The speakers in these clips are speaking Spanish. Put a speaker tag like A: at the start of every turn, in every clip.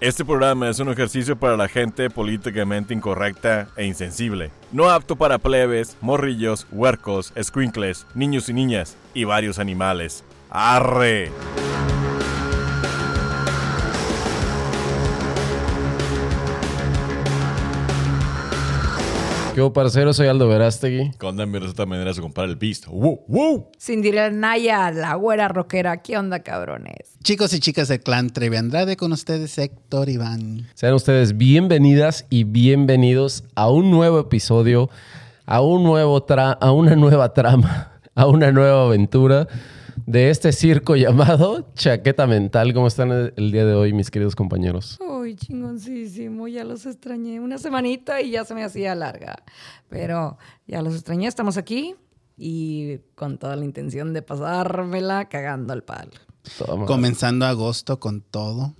A: Este programa es un ejercicio para la gente políticamente incorrecta e insensible. No apto para plebes, morrillos, huercos, squinkles, niños y niñas y varios animales. ¡Arre!
B: Yo, parcero, soy Aldo Verástegui.
A: Condan mi receta manera de comprar el beast. ¡Wow! ¡Wow!
C: Cinderella Naya, la güera rockera. ¿Qué onda, cabrones?
D: Chicos y chicas del clan Trevi Andrade, con ustedes Héctor Iván.
B: Sean ustedes bienvenidas y bienvenidos a un nuevo episodio, a, un nuevo tra- a una nueva trama, a una nueva aventura de este circo llamado Chaqueta Mental. ¿Cómo están el- el día de hoy, mis queridos compañeros?
C: Uy, chingoncísimo. Ya los extrañé. Una semanita y ya se me hacía larga. Pero ya los extrañé. Estamos aquí y con toda la intención de pasármela cagando al palo.
B: Toda madre.
D: Comenzando agosto con todo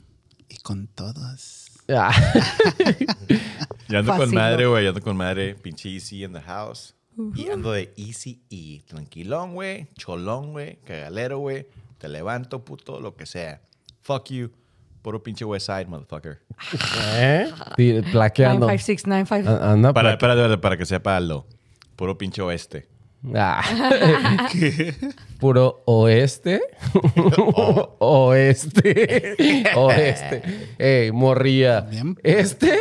D: y con todos.
B: Ah,
A: Ya ando con
C: Fascino.
A: madre, güey. Ya ando con madre. Pinche Easy in the house. Y ando de Easy y tranquilón, güey. Cholón, güey. Cagalero, güey. Te levanto, puto. Lo que sea. Fuck you. Puro pinche West Side, motherfucker.
B: ¿eh? Tire- Plaqueando.
C: 956, 956.
B: A- Anda
A: Ah, Para,
B: plaque-
A: para, para, para que sepa Aldo. Puro pinche oeste.
B: Ah. Puro oeste.
A: Oh.
B: oeste. Oeste. Ey, morría.
D: Bien.
B: Este.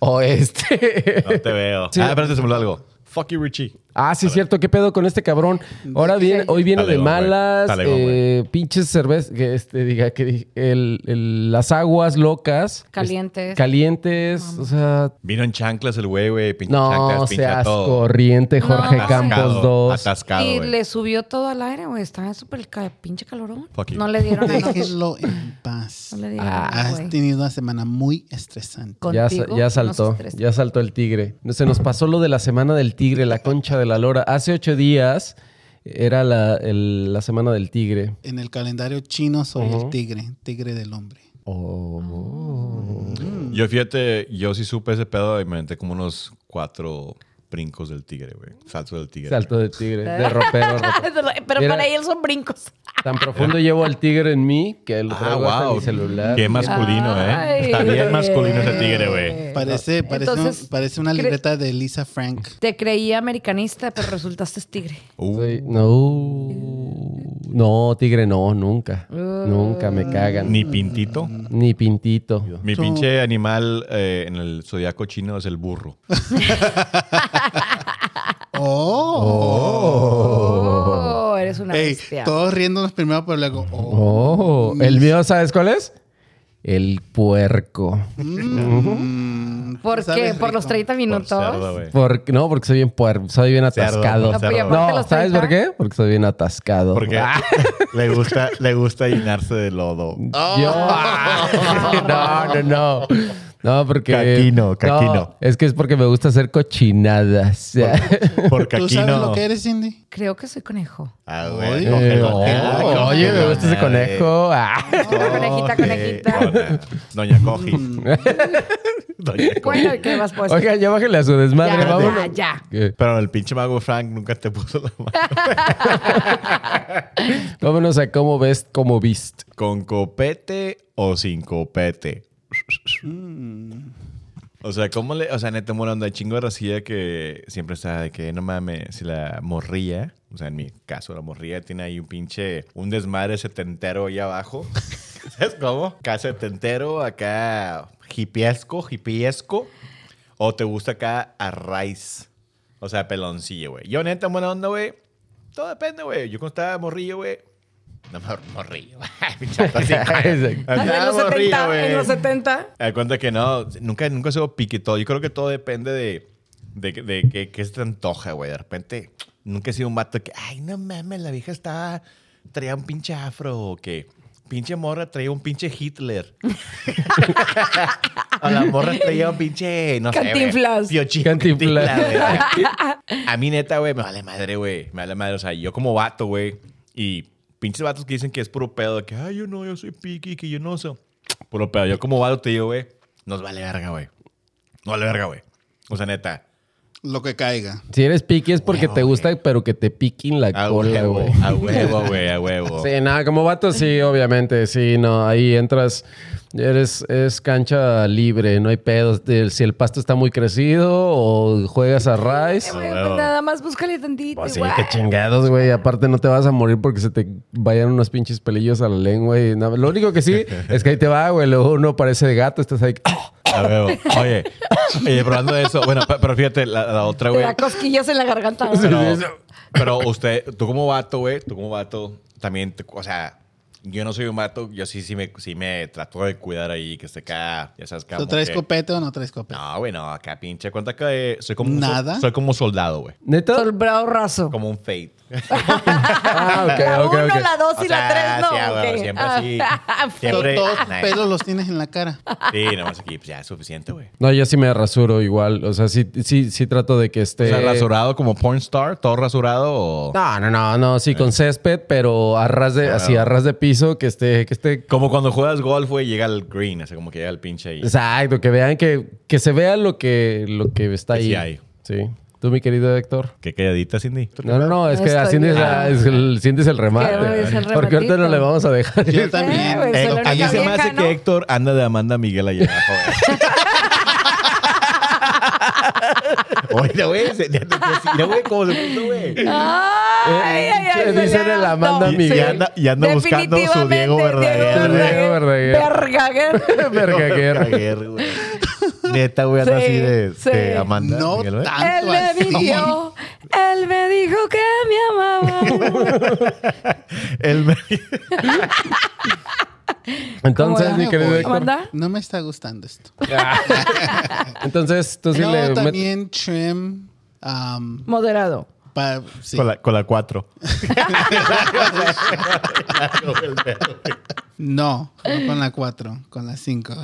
B: Oeste.
A: No te veo.
B: Sí.
A: Ah, espérate, se me olvidó algo. Fuck you, Richie.
B: Ah, sí, es cierto. ¿Qué pedo con este cabrón? Ahora viene, hoy viene de
A: Talegón, güey.
B: malas.
A: Talegón,
B: eh, pinches cerveza. Que este diga que di- el- el- las aguas locas.
C: Calientes.
B: Es- Calientes. O sea.
A: Vino en chanclas el güey, güey. Pinche
B: No
A: chanclas, pincha
B: seas
A: todo.
B: corriente,
C: No.
B: Jorge
C: Atascado,
B: Campos 2.
A: Atascado,
C: Y
A: güey.
C: le subió todo al aire, güey. Estaba súper ca- pinche calorón.
A: Fuck you.
C: No le dieron a nosotros.
D: Déjenlo en paz.
C: No le dieron
B: Ah,
C: a
D: Has
C: güey.
D: tenido una semana muy estresante.
B: Ya, sa-
C: Contigo
B: ya
C: nos
B: saltó,
C: estresa.
B: ya saltó el tigre. Se nos pasó lo de la semana del tigre, la concha de la lora. Hace ocho días era la, el- la semana del tigre.
D: En el calendario chino soy
B: Ujú.
D: el tigre, tigre del hombre.
B: Oh.
A: Yo fíjate, yo sí supe ese pedo y me metí como unos cuatro brincos del tigre, güey. Salto del tigre.
B: Salto de tigre, de ropero, ropero.
C: Pero
B: Mira.
C: para él son brincos.
B: Tan profundo llevo al tigre en mí que lo
A: Ah,
B: traigo hasta en
A: wow.
B: mi celular.
A: Qué masculino,
C: Ay.
A: ¿eh? Está bien masculino ese tigre, güey.
D: Parece, parece, un-
C: Eh, Entonces,
D: parece una
C: cre-
D: libreta de Lisa Frank.
C: Te creía americanista, pero resultaste tigre.
A: Uh,
B: Soy- No, no, tigre no, nunca.
C: Uh.
B: Nunca me cagan. Ni,
A: Ni pintito.
B: pintito.
A: Mi pinche animal eh, en el zodiaco chino es el burro.
D: ¡Oh!
C: Oh, eres una
D: Ey,
C: bestia.
D: todos riéndonos primero, pero luego. ¡Oh!
B: Oh, el mío, ¿sabes cuál es? El puerco.
D: Mm,
C: ¿Por
D: sabe
C: qué? ¿Por
D: rico.
C: los 30
A: Por
C: minutos?
A: cerdo, güey.
B: Por- no, porque soy bien puer- soy bien
A: Cerdo,
B: atascado.
A: por cerdo.
C: No, pero aparte
B: No,
C: los
B: ¿sabes
C: 30?
B: por qué? Porque soy bien atascado.
A: Porque
B: Ah,
A: le gusta, le gusta llenarse de lodo.
B: Yo.
A: ¡Ah!
B: no, no, no. No, porque.
A: Caquino,
B: no,
A: caquino.
B: es que es porque me gusta hacer cochinadas. pues,
A: Porque
D: ¿Tú
A: aquí
D: sabes
A: no.
D: lo que eres, Cindy?
C: Creo que soy conejo.
A: Ah,
D: Eh,
A: güey.
B: Eh,
A: cógelo,
B: oh,
A: cógelo,
B: oye, me
A: cógelo,
B: gusta ese
A: madre.
B: conejo. Ah.
C: Conejita, conejita.
A: Doña- Doña Coji.
B: Mm.
A: Doña Coji.
C: Bueno, ¿y ¿qué más
A: Pues
C: puedo decir?
B: Oigan, Ah, ya bájale a su desmadre,
C: ya,
B: vámonos.
C: ya, ya.
B: Eh,
A: Pero el pinche mago Frank nunca te puso la mano.
B: vámonos a cómo ves, cómo vist.
A: ¿Con copete o sin copete? O sea, ¿cómo le...? O sea, neta, morando, hay chingo de racilla que siempre está de que, no mames, si la morría, o sea, en mi caso, la morría tiene ahí un pinche... Un desmadre setentero ahí abajo. ¿Sabes cómo? Acá setentero, acá hipiesco, hipiesco. O te gusta acá a raíz. O sea, peloncillo, güey. Yo, neta, buena onda, güey. Todo depende, güey. Yo cuando estaba morrillo, güey. No, mor- morrillo. Pinche tóxico.
B: Exacto.
A: Cuando
C: en
A: estaba
C: los
A: morrillo,
C: 70,
A: güey.
C: en los 70.
A: Haz cuenta que no, nunca, nunca se piquito. Yo creo que todo depende de, de, de, que- qué se te antoja, güey. De repente, nunca he sido un vato que, ay, no mames, la vieja estaba, traía un pinche afro o que pinche morra traía un pinche Hitler. o la morra traía un pinche, no
C: Cantinflas.
A: sé, güey, Piochín,
B: Cantinflas.
A: Cantinflas, güey. A mí, neta, güey, me vale madre, güey. Me vale madre. O sea, yo como vato, güey, y pinches vatos que dicen que es puro pedo, de que, ay, yo no, yo soy piqui, que yo no soy. Puro pedo. Yo como vato te digo, güey, nos vale verga, güey. No vale verga, güey. O sea, neta.
D: Lo que caiga.
B: Si eres piqui es porque te gusta, pero que te piquen la
A: A
B: cola,
A: huevo,
B: güey.
A: a huevo, güey, a huevo.
B: Sí, nada, como vato sí, obviamente, sí, no, ahí entras, eres, es cancha libre, no hay pedos, de- si el pasto está muy crecido o juegas a
C: Eh,
B: Rice,
C: güey,
A: huevo.
C: pues nada más búscale tantito.
B: pues sí,
C: igual.
B: qué chingados, güey, aparte no te vas a morir porque se te vayan unos pinches pelillos a la lengua y nada, lo único que sí es que ahí te va, güey, luego uno parece de gato, estás ahí,
A: A huevo. Oye, oye, probando eso. Bueno, pe- pero fíjate, la, la otra,
C: Te
A: güey.
C: da cosquillas en la garganta.
A: Pero, pero usted, tú como vato, güey, tú como vato, también, te- o sea, yo no soy un vato, yo sí, sí me, sí me trato de cuidar ahí, que esté acá, ya sabes, acá.
D: ¿Tú
A: como
D: traes
A: que-
D: copete o no traes copete?
A: No, güey, no, acá pinche cuenta que eh, soy como un sol-
D: Nada.
A: soy como un soldado, güey.
B: ¿neta?
C: Sol bravo raso.
A: Como un fate.
B: Ah, ok,
C: La
B: ok,
C: uno,
B: ok.
C: la dos y
A: O sea,
C: la tres, no.
A: sí, ah, güey,
C: ok.
A: siempre
C: Ah,
A: sí.
C: ah,
A: Siempre- Hombre,
D: Todos los
A: nah.
D: pelos los tienes en la cara.
A: Sí, nomás aquí, pues ya es suficiente, güey.
B: No, yo sí me rasuro igual, o sea, sí, sí, sí trato de que esté...
A: O sea, rasurado como porn star, todo rasurado o...
B: No, no, no, no, sí,
A: Eh.
B: con césped, pero a ras de, así, a ras de piso, que esté, que esté.
A: Como cuando juegas golf, güey, llega al green, así como que llega al pinche ahí.
B: Exacto, que vean que, que se vea lo que, lo que está
A: Que
B: ahí.
A: sí hay.
B: Sí. Tú, mi querido Héctor.
A: Qué calladita, Cindy.
B: No, no, no, es que
C: Estoy
B: así sientes,
C: bien.
B: la- es el- sientes el
C: Claro,
B: remate.
C: es el
B: Porque ahorita no
C: rematito.
B: le vamos a dejar.
D: Yo
C: Eh,
D: también.
C: güey, soy
A: Eh,
C: la
A: a mí
C: única
A: se me
C: vieja,
A: hace
C: ¿no?
A: que Héctor anda de Amanda Miguel allá abajo. güey. Oye, güey, se- ya te- mira, güey, cómo se puso, güey.
C: Ay, ay, ay,
B: Eh, dicen
C: Soledad,
B: el Amanda
C: no,
B: Miguel.
C: sí.
A: Y anda- y anda buscando su Diego
C: Definitivamente,
A: Verdaguer.
B: Diego Verdaguer.
C: Verdaguer.
B: Vergaguer.
A: Vergaguer, güey. Neta, güey, anda
C: Sí,
A: así de,
C: sí.
A: de Amanda
D: No
A: Miguel, güey.
D: tan-
C: Él me
D: Tanto así.
C: dijo, él me dijo que me amaba.
A: El me-
B: Entonces,
C: ¿Cómo
B: mi
C: era?
B: querido Héctor.
C: ¿Amanda?
D: No me está gustando esto.
B: Entonces, tú sí
D: no,
B: le met-
D: también trim. um,
C: Moderado.
D: pa- sí.
A: con, la, con la cuatro.
D: No, no con la 4, con la 5.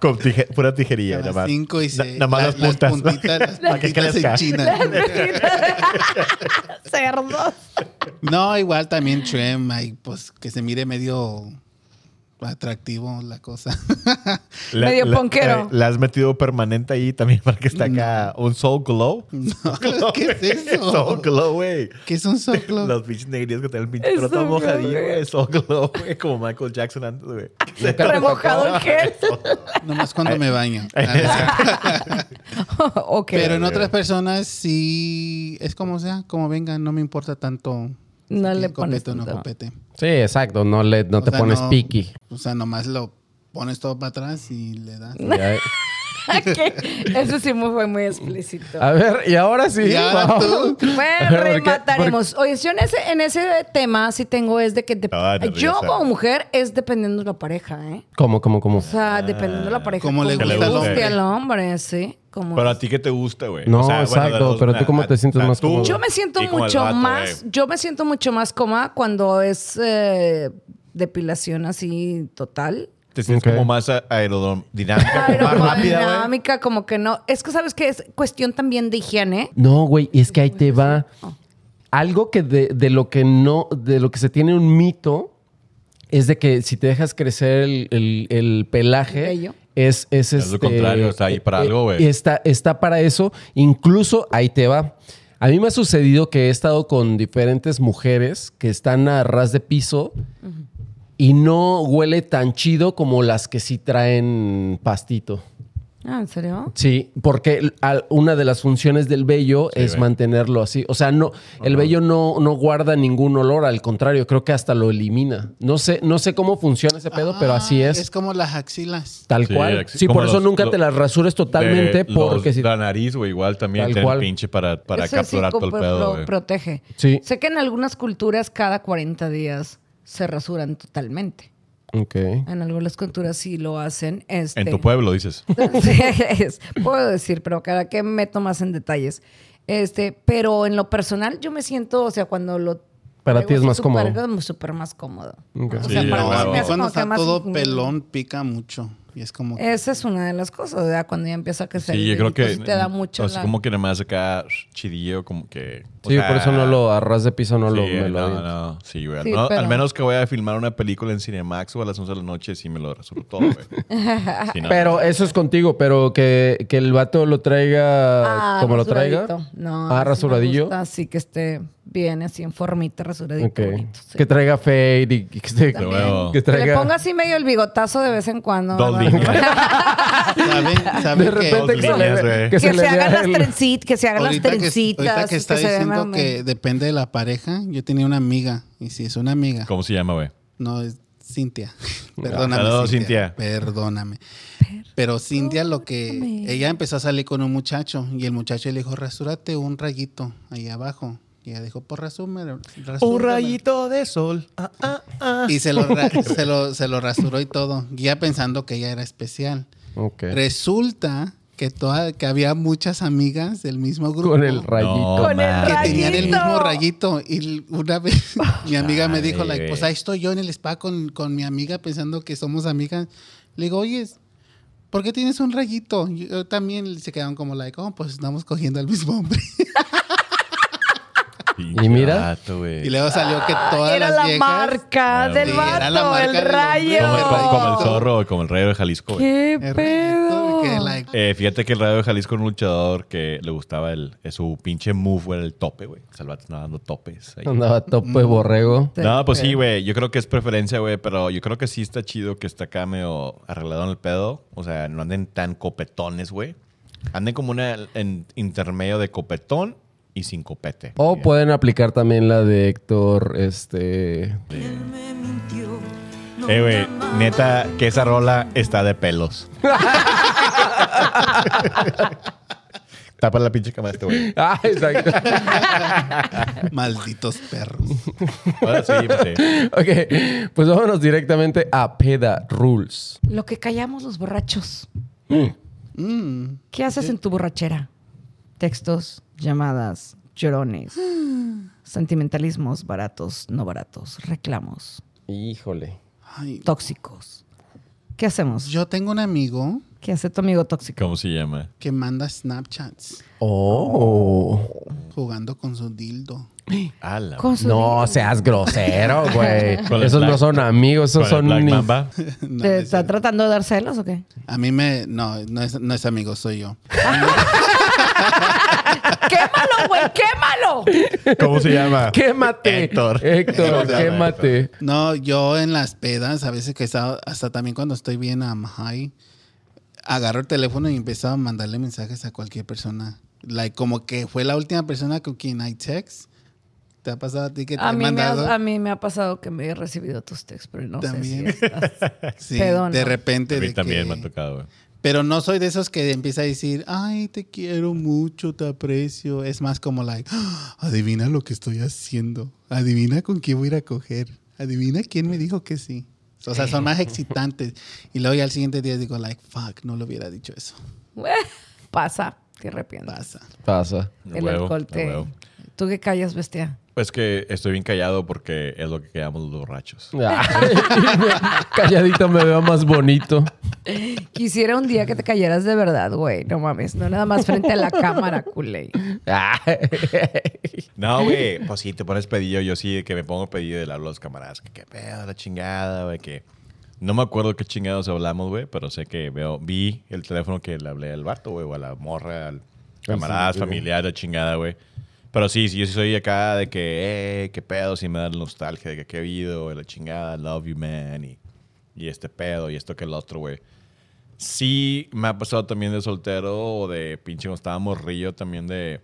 A: Con tije- pura tijería, nada
D: Con
A: más.
D: 5 y 6.
A: Na- Nada más las puntas.
D: puntitas, las
A: Para que
D: puntitas en
A: crezca.
D: China.
C: Cerdos.
D: No, igual también trim, ahí, pues que se mire medio atractivo la cosa.
A: La-
C: Medio
A: la-
C: ponquero.
A: eh, la has metido permanente ahí también para que está acá. Un soul glow.
D: No, ¿Qué es
A: Soul
D: eso?
A: glow, güey.
D: ¿Qué es un soclo?
A: Los pinches negrillos que tienen el pinche
C: Es
A: pelo todo
C: un glow,
A: mojadillo,
C: güey.
A: güey. Soul glow, güey. Como Michael Jackson antes, güey.
C: Remojado en gel.
D: Nomás cuando me baño. Ah,
C: ok.
D: Pero en otras personas sí es como sea, como venga, no me importa tanto.
C: No
D: si
C: le
D: tiene
C: pones
D: copete o no
C: tanto.
D: copete.
B: Sí, exacto. No, le, no
D: O
B: te
D: sea,
B: pones
D: no-
B: piqui.
D: O sea, nomás lo pones todo para atrás y le das.
B: Ya-
C: Ok. Eso sí mu- fue muy explícito.
B: A ver, y ahora sí.
D: Y ahora
B: vamos.
D: tú.
C: Bueno,
B: Porque-
C: remataremos. Oye, yo en ese, en ese tema sí tengo es de que... dep-
A: Ah, nerviosa.
C: yo como mujer es dependiendo de la pareja, ¿eh?
B: ¿Cómo, cómo, cómo?
C: O sea, dependiendo de la pareja.
D: Como le
C: cómo
A: gusta al hombre.
C: al hombre, sí. Como
A: Ah, Pero a ti, ¿qué te gusta, güey?
B: No,
A: de
B: exacto,
A: los-
B: pero tú
A: na-
B: ¿cómo
A: a-
B: te sientes
A: a
B: más
A: tú
B: cómodo?
C: Yo me siento
A: y como el
C: mucho
A: vato, eh.
C: más,
A: güey.
C: yo me siento mucho más coma cuando es eh, depilación así total.
A: Te sientes
B: Ok.
A: como más a- aerodinámica, como más rápida, güey.
C: Aerodinámica, como que no. Es que sabes que es cuestión también de higiene.
B: No, güey, es que ahí te va. Algo que de, de lo que no, de lo que se tiene un mito es de que si te dejas crecer el, el- el pelaje.
C: El vello.
B: Es, es,
A: Es lo
B: este,
A: contrario, está ahí para algo, güey.
B: Está, está para eso. Incluso ahí te va. A mí me ha sucedido que he estado con diferentes mujeres que están a ras de piso y no huele tan chido como las que sí traen pastito.
C: Ah, ¿en serio?
B: Sí, porque al- una de las funciones del vello
A: Sí,
B: es
A: güey.
B: mantenerlo así. O sea, no, el vello no, no guarda ningún olor, al contrario, creo que hasta lo elimina. No sé, no sé cómo funciona ese pedo, pero así
D: Ah,
B: es.
D: Es como las axilas.
B: Tal
A: Sí,
B: cual.
A: ex-
B: Sí,
A: como
B: por eso
A: los-
B: nunca
A: lo-
B: te las rasures totalmente,
A: De los-
B: porque si.
A: La nariz, güey, igual también
B: Tal
A: tiene
B: cual.
A: pinche para, para
C: Eso
A: capturar
C: sí,
A: todo el
C: pro-
A: pedo,
C: pro-
A: güey.
C: protege.
B: Sí.
C: Sé que en algunas culturas cada 40 días se rasuran totalmente.
B: Ok.
C: En algunas culturas sí lo hacen. Este,
A: En tu pueblo, dices.
C: Entonces, puedo decir, pero cada que me tomas en detalles. Este, pero en lo personal, yo me siento, o sea, cuando lo
B: Para ti es
C: Algo
B: más
C: súper-
B: cómodo.
C: súper más cómodo.
B: Ok.
C: O
A: Sí,
C: sea,
A: ya,
C: para mí
A: huevo.
C: se me
A: Y
C: hace
D: cuando
C: como que
D: está
C: más Eh.
D: todo
C: incómodo.
D: pelón pica mucho. Y es como que
C: Esa es una de las cosas, ¿verdad? Cuando ya empieza a crecer.
A: Sí, yo
C: y
A: creo que. mm,
C: pues te da mucho.
A: O sea,
C: la-
A: como que nada más acá chidillo, como que. o
B: Sí,
A: sea,
B: por eso no lo a ras de piso no
A: sí,
B: lo, me
A: no,
B: lo aviento.
A: no, sí, güey.
C: Sí,
A: No,
C: pero-
A: Al menos que voy a filmar una película en Cinemax o a las 11 de la noche, sí me lo resuelvo todo, güey. Sí, no,
B: Pero eso es contigo, pero que, que el vato lo traiga
C: Ah,
B: como lo traiga.
C: rasuradito. No.
B: Ah,
C: sí me
B: rasuradito.
C: gusta, Así que esté bien, así en formita, rasuradito.
B: Ok.
C: bonito, sí.
B: Que traiga fade y que, esté-
A: De huevo.
B: que
C: Que le
B: traiga.
C: ponga así medio el bigotazo de vez en cuando.
A: Dos
C: ¿verdad?
A: líneas.
D: saben, saben
B: de repente
A: dos
B: que se, le,
A: líneas, eh.
B: ve-
A: güey.
B: que
C: Que,
B: se
C: se,
B: le vea
C: hagan las
B: el-
C: trencitas, que se hagan las
D: ahorita que-
C: trencitas.
D: ahorita que está
C: se vea más-
D: diciendo que depende de la pareja, yo tenía una amiga, y si es una amiga,
A: ¿Cómo se llama, güey?
D: no es Cintia.
B: Ah,
D: Perdóname.
A: Saludos, Cintia.
D: Perdóname. Pero Cintia lo que ella empezó a salir con un muchacho y el muchacho le dijo, rasúrate un rayito ahí abajo. Y ella dijo, "Pues por resumen,
A: de sol. Ah, ah, ah.
D: Y se lo, ra- se, lo, se lo rasuró y todo, ya pensando que ella era especial.
B: Ok.
D: Resulta que, toda, que había muchas amigas del mismo grupo.
B: Con el rayito.
C: Con el
A: mames.
D: que tenían el
C: Rayito.
D: mismo rayito. Y una vez mi amiga me dijo,
A: Chale,
D: like,
A: güey.
D: pues ahí estoy yo en el spa con, con mi amiga pensando que somos amigas. Le digo, oye, ¿por qué tienes un rayito? Y Yo también se quedaron como like, oh, pues estamos cogiendo al mismo hombre.
A: Pinche
B: Y mira.
A: vato, güey.
D: Y luego salió que todas
C: era
D: las
C: la
D: viejas...
C: marca
A: Sí,
C: del
D: era la
C: vato,
D: marca
C: el
D: del hombre.
C: rayo.
A: Como el, como- como el zorro, como el rayo de Jalisco, güey.
C: ¿Qué
D: el rayito,
C: pedo?
D: que, like,
A: Eh, fíjate que el rayo de Jalisco era un luchador que le gustaba el, su pinche move, güey, el tope, güey. Salvate no dando topes. ahí.
B: Andaba tope borrego.
A: No, pues sí, güey. Yo creo que es preferencia, güey. Pero yo creo que sí está chido que está acá medio arreglado en el pedo. O sea, no anden tan copetones, güey. Anden como una en intermedio de copetón y sin copete.
B: O
A: Ya.
B: pueden aplicar también la de Héctor, este.
A: Eh, güey, neta, que esa rola está de pelos. Tapa la pinche cama de este güey.
B: Ah, exacto.
D: malditos perros.
A: Ahora sí, pues sí.
B: ok, pues vámonos directamente a Peda Rules.
C: Lo que callamos los borrachos.
D: Mm.
C: ¿Qué haces en tu borrachera? Textos, llamadas, llorones, sentimentalismos baratos, no baratos, reclamos,
B: Híjole.
D: Ay, pues,
C: tóxicos. ¿Qué hacemos?
D: yo tengo un amigo
C: ¿Qué hace tu amigo tóxico?
A: ¿Cómo se llama?
D: que manda Snapchats
B: Oh.
D: jugando con su dildo.
A: A la-
C: Con su-
B: No seas grosero, güey.
A: Con el
B: Esos
A: Black-
B: no son amigos,
A: ¿Con
B: esos
A: el
B: son.
A: Black
B: ni-
A: Mamba?
D: No,
C: ¿Te
D: es-
C: está tratando de dar celos o qué?
D: A mí me... No, no es, no es amigo, soy yo.
C: ¡Quémalo, güey! ¡Quémalo!
A: ¿Cómo se llama?
B: Quémate.
A: Héctor.
B: Héctor,
A: Héctor.
B: quémate.
D: No, yo en las pedas, a veces que estaba, hasta también cuando estoy bien am high, agarro el teléfono y empiezo a mandarle mensajes a cualquier persona. Like, como que fue la última persona con quien I text. ¿Te ha pasado a ti que te
C: A
D: he
C: mí, me ha,
D: mandado?
C: a mí me ha pasado que me he recibido tus textos, pero no
D: También.
C: sé si estás-
D: sí,
C: Perdón,
D: de
C: ah, no.
D: repente.
A: A mí
D: de
A: también
D: que-
A: me ha tocado, güey.
D: Pero no soy de esos que empieza a decir, ay, te quiero mucho, te aprecio. Es más como like, "Ah, adivina lo que estoy haciendo. Adivina con quién voy a ir a coger. Adivina quién me dijo que sí. O sea, son más excitantes. Y luego ya al siguiente día digo, like, fuck, no lo hubiera dicho eso.
C: Pasa, te arrepientes.
D: Pasa.
B: Pasa.
A: De
C: El
A: huevo,
C: alcohol
A: de
C: te...
A: huevo.
C: Tú que callas, bestia.
A: Es Pues que estoy bien callado porque es lo que quedamos los borrachos.
B: Ah, Calladito me veo más bonito.
C: Quisiera un día que te cayeras de verdad, güey. No mames, no nada más frente a la cámara, culé.
B: Ah.
A: No, güey. Pues sí, te pones pedillo. Yo sí, que me pongo pedillo y le hablo a los camaradas. Que qué pedo, la chingada, güey. Que no me acuerdo qué chingados hablamos, güey. Pero sé que veo, vi el teléfono que le hablé al vato, güey. O a la morra, al camaradas, familiar, la chingada, güey. Pero sí, sí, yo sí soy acá de que, eh, qué pedo. Sí me da nostalgia de que qué ha habido, güey, la chingada. Love you, man. Y, y este pedo, y esto que el otro, güey. Sí, me ha pasado también de soltero o de pinche cuando estaba morrillo también de,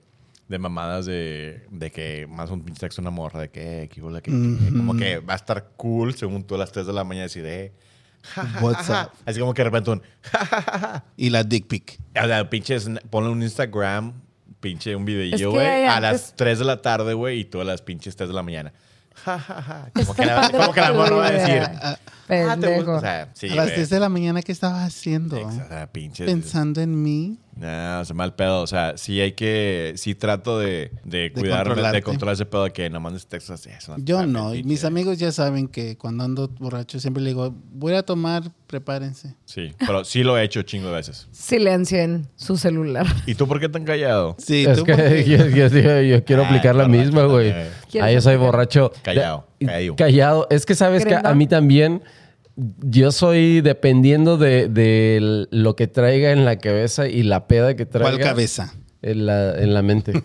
A: de mamadas de, de que más un pinche sexo una morra de que, que, hola, que- que- como que va a estar cool según tú a las 3 de la mañana decir, eh, ja, ja,
D: What's
A: ja, ja. Así como que de repente un, ja, ja, ja, ja.
D: Y la dick pic.
A: O sea, pinches, ponle un Instagram, pinche un
C: Es que
A: videillo, güey, a
C: antes-
A: las 3 de la tarde, güey, y tú a las pinches 3 de la mañana. Ja, ja, ja. Como que,
C: Está
A: la,
C: padre
A: como que la
C: tu
A: morra va a decir,
C: idea.
A: ah, te gusta.
C: Pendejo.
A: O sea, sí,
D: a las
A: güey.
D: 10 de la mañana, ¿qué estabas haciendo?
A: Ex- o sea, pinches-
D: Pensando en mí.
A: No, o sea, mal pedo. O sea, sí hay que. Sí trato de, de cuidarme, de
D: controlarte.
A: controlar ese pedo de que no mandes textos así. eso
D: Yo
A: está
D: no. y
A: bien,
D: Mis
A: pinche.
D: amigos ya saben que cuando ando borracho siempre le digo, voy a tomar, prepárense.
A: Sí, pero sí lo he hecho chingo de veces.
C: Silencien su celular.
A: ¿Y tú por qué tan callado?
D: Sí,
B: Es
D: tú
B: que
D: porque-
B: yo, yo- yo- yo quiero
A: Ah,
B: aplicar la
A: borracho
B: misma, güey.
A: también.
C: ¿Quieres
B: Ah, yo soy
C: aplicar?
B: borracho. De-
A: Callado, callado.
B: Callado. Es que sabes que a
C: ¿Crendón?
B: mí también, yo soy dependiendo de, de lo que traiga en la cabeza y la peda que traiga.
D: ¿Cuál cabeza?
B: En la, en la mente.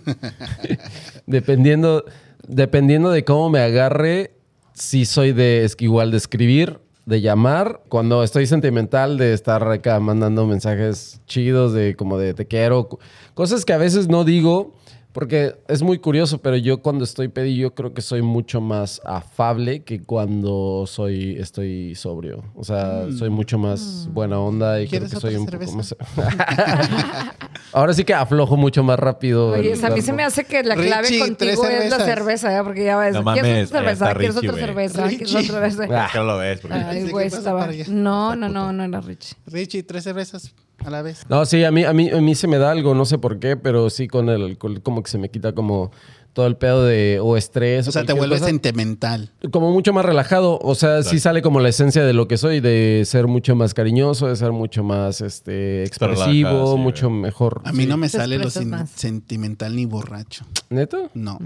B: dependiendo, dependiendo de cómo me agarre, si soy de es que igual de escribir, de llamar. Cuando estoy sentimental, de estar acá mandando mensajes chidos, de como de te quiero. cu- Cosas que a veces no digo, porque es muy curioso, pero yo cuando estoy pedido, yo creo que soy mucho más afable que cuando soy, estoy sobrio. O sea, soy mucho más buena onda y creo
D: Mm. Ah. ¿Quieres
B: que soy
D: otra
B: un poco más.
D: cerveza?
B: Ahora sí que aflojo mucho más rápido.
C: Oye,
B: el
C: a mí se
B: verbo.
C: me hace que la clave
D: Richie, tres
C: contigo es la
D: cervezas.
C: cerveza, ¿eh? porque ya ves,
A: No
C: ¿quieres
A: mames,
C: otra
A: ahí está
C: cerveza? ¿Quieres otra
A: Richie, güey.
C: cerveza? ¿Quieres
D: Richie.
C: otra cerveza?
D: Ah.
A: Es que no lo ves. Porque...
C: Ay,
D: Pensé
C: güey,
D: que ibas a
C: estaba...
D: para allá.
C: No, no, no, no era Richie.
D: Richie, tres cervezas a la vez.
B: No, sí, a mí, a, mí, a mí se me da algo, no sé por qué, pero sí con el alcohol como que se me quita como todo el pedo de o estrés.
D: O sea, te
B: cualquier
D: vuelves
B: cosa.
D: sentimental.
B: Como mucho más relajado, o sea, sí sale como la esencia de lo que soy, de ser mucho más cariñoso, de ser mucho más este,
A: Pero relajado,
B: expresivo,
A: sí,
B: mucho mejor.
D: A mí no me
C: Te
D: sale lo
C: expresas
D: sin-
C: más.
D: sentimental ni borracho.
B: ¿Neto?
D: No.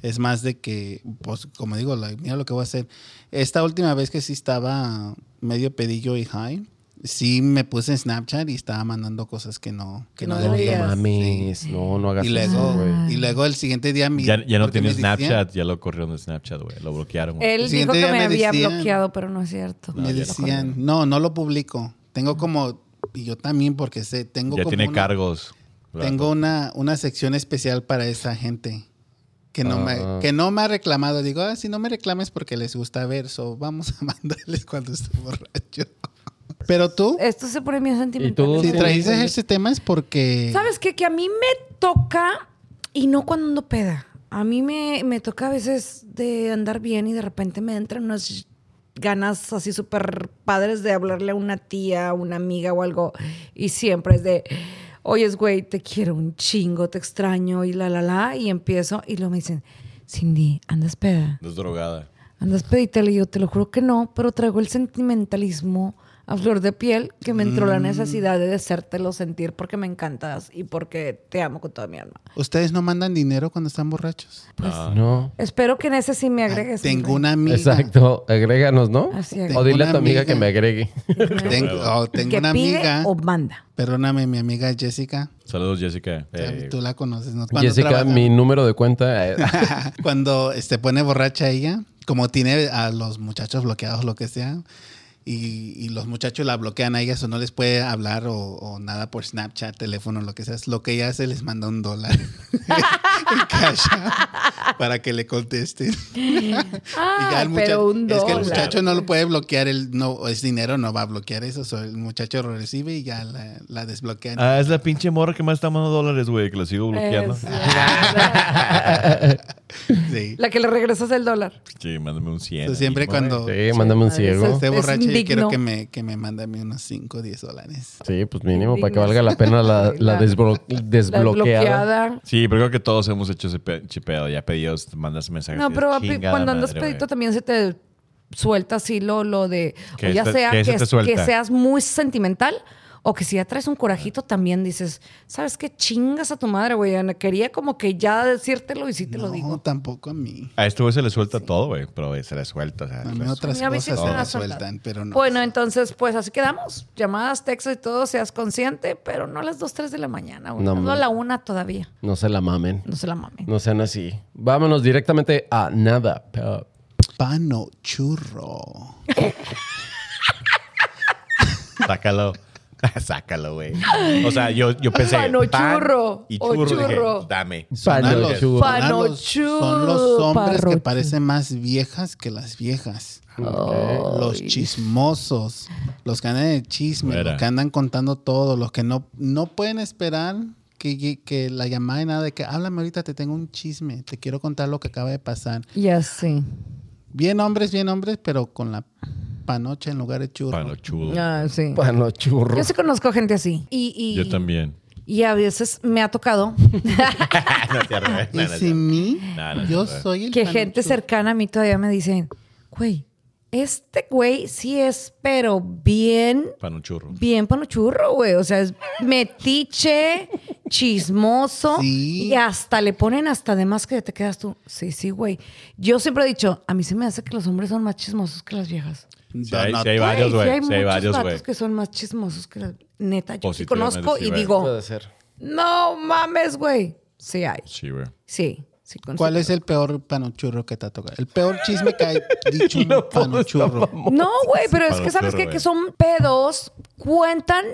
D: Es más de que, pues, como digo, la- mira lo que voy a hacer. Esta última vez que sí estaba medio pedillo y high, sí me puse en Snapchat y estaba mandando cosas que no, que no,
C: No
D: debía.
B: No
C: deberías.
B: mames, no, no hagas
D: Y
B: eso,
D: luego,
B: güey.
D: y luego el siguiente día... mi-
A: Ya, ya no
D: porque me
A: tiene
D: decían-
A: Snapchat, ya lo corrieron de Snapchat, güey. Lo bloquearon. güey.
C: Él
D: El
C: dijo
D: siguiente
C: que
D: día
C: me,
D: me
C: había
D: decían-
C: bloqueado, pero no es cierto.
A: No,
D: Me
A: ya lo
D: decían, no, no lo publico. Tengo como, y yo también, porque sé, tengo
A: Ya
D: como
A: tiene
D: una-
A: cargos.
D: Tengo una, una sección especial para esa gente que no,
B: Ah.
D: me, que no me ha reclamado. Digo, ah, si no me reclames porque les gusta ver, so vamos a mandarles cuando esté borracho. Pero tú,
C: Esto se pone medio sentimental.
B: tú,
D: si
B: sí.
D: traíces este tema es porque...
C: ¿Sabes qué? Que a mí me toca y no cuando ando peda. A mí me, me toca a veces de andar bien y de repente me entran unas ganas así súper padres de hablarle a una tía, a una amiga o algo. Y siempre es de, oye, güey, te quiero un chingo, te extraño y la, la, la. Y empiezo y luego me dicen, Cindy, andas peda.
A: Es drogada.
C: Andas peditele y yo te lo juro que no, pero traigo el sentimentalismo a flor de piel que me entró
D: Mm.
C: la necesidad de hacértelo sentir porque me encantas y porque te amo con toda mi alma. Pues,
D: ¿Ustedes no mandan dinero cuando están borrachos?
A: Ah,
B: No.
C: Espero que en ese sí me agregues. mi
D: Ah. Tengo
C: rey.
D: una amiga.
B: Exacto, agréganos, ¿no?
C: Así es.
B: o dile a tu
D: Una
B: amiga
D: amiga.
B: que me agregue.
D: Tengo, oh, tengo
C: que
D: una
C: pide
D: amiga.
C: o manda.
D: Perdóname, mi amiga Jessica.
A: Saludos, Jessica. Eh,
D: Tú la conoces, ¿no? Cuando
B: Jessica,
D: trabaja-
B: mi número de cuenta. eh,
D: cuando se pone borracha ella, como tiene a los muchachos bloqueados, lo que sea, y, y los muchachos la bloquean a ella, o no les puede hablar o, o nada por Snapchat, teléfono, lo que sea, es lo que ella hace les manda un dólar en cash app para que le contesten. Y ya
C: Ah,
D: el mucha-
C: pero un
D: Es que el
C: dólar.
D: muchacho no lo puede bloquear, el, no, es dinero, no va a bloquear eso, so, el muchacho lo recibe y ya la, la desbloquean.
A: Ah, es la pinche morra que más está mandando dólares, güey, que lo sigo bloqueando. Ah,
C: Es- la-
D: Sí.
C: la que le regresas el dólar.
A: Sí, mándame un 100.
D: Entonces, siempre
A: ahí,
D: cuando-
A: güey.
B: Sí, mándame un
C: madre, eso
B: ciego.
D: Esté
C: Es
D: borracha y
C: indigno.
D: quiero que me, que me mande a mí unos 5 o 10 dólares.
B: Sí, pues mínimo, para que
C: Indignas.
B: valga la pena la,
C: Sí,
B: la
C: la-
B: desblo-
C: La
B: desbloqueada.
C: bloqueada.
A: Sí, pero creo que todos hemos hecho ese pe- chipeado. Ya pedidos, te mandas mensajes.
C: No,
A: de
C: pero papi,
A: chingada
C: cuando andas
A: madre,
C: pedito
A: güey.
C: también se te suelta así lo, lo de,
A: Que
C: o ya
A: se-
C: sea
A: que
C: que,
A: se te
C: que
A: suelta.
C: seas muy sentimental o que si ya traes un corajito también dices, ¿sabes qué chingas a tu madre, güey? Ana, Quería como que ya decírtelo y sí te
D: no,
C: lo digo.
D: tampoco a mí.
A: A este güey se le suelta todo, güey, pero güey, se le suelta. O sea, pues, se
D: A mí
A: le suelta.
D: otras
C: A mí sí
D: cosas
C: se
D: se
C: me
D: me
C: suelta.
D: sueltan, pero no.
C: Bueno, entonces pues así quedamos. Llamadas, textos y todo, seas consciente, pero no a las 2, 3 de la mañana, güey.
B: No,
C: No, a
B: man.
C: la 1 todavía.
B: No se la mamen.
C: No se la mamen.
B: No sean así. Vámonos directamente a nada. Pop.
D: Pano churro.
A: Sácalo. Sácalo, güey. O sea, yo, yo pensé.
C: Pano
A: pan
C: churro,
A: y
C: o
A: churro. dije,
C: churro.
A: Dame.
B: Pano
D: Son los-
B: churro.
D: son
C: Pano
D: los- Son los hombres
C: churro.
D: que parecen más viejas que las viejas.
B: oh,
D: Los chismosos, los que andan de chisme,
A: Fuera.
D: los que andan contando todo, los que no, no pueden esperar que, que la llamada y nada de que háblame ahorita, te tengo un chisme, te quiero contar lo que acaba de pasar.
C: Ya sé.
D: Bien hombres, bien hombres, pero con la panocha en lugar de churro.
A: Pano churro.
B: Pues,
C: Ah, sí.
B: Pano churro.
C: Yo sí conozco gente así. Y, y-
A: Yo también.
C: Y a veces me ha tocado
A: No, es cierto, eh. No,
D: Y
A: no es
D: sin
A: cierto.
D: mí,
A: No, no es
D: yo
A: cierto.
D: soy el
C: que gente
D: panucho.
C: cercana a mí todavía me dicen, güey, este güey sí es, pero bien
A: Para un churro.
C: Bien panochurro, güey. O sea, es metiche, chismoso.
D: Sí.
C: Y hasta le ponen hasta de más que te quedas tú. Sí, sí, güey. Yo siempre he dicho, a mí se me hace que los hombres son más chismosos que las viejas.
A: Sí, hay,
D: No,
A: sí hay
D: no,
A: varios, güey.
C: Sí, hay
A: Sí, hay
C: muchos
A: varios,
C: vatos
A: güey.
C: que son más chismosos que las... Neta, yo sí
A: Positivamente
C: conozco
A: sí,
C: y
A: güey.
C: digo,
B: Puede ser.
C: no mames, güey. Sí hay.
A: Sí, güey.
C: Sí. sí conozco.
D: ¿Cuál es el peor panochurro que te ha tocado? El peor chisme que hay dicho un panochurro.
C: No, güey, pero es que
A: panochurro,
C: sabes qué?
A: güey.
C: que son pedos. Cuentan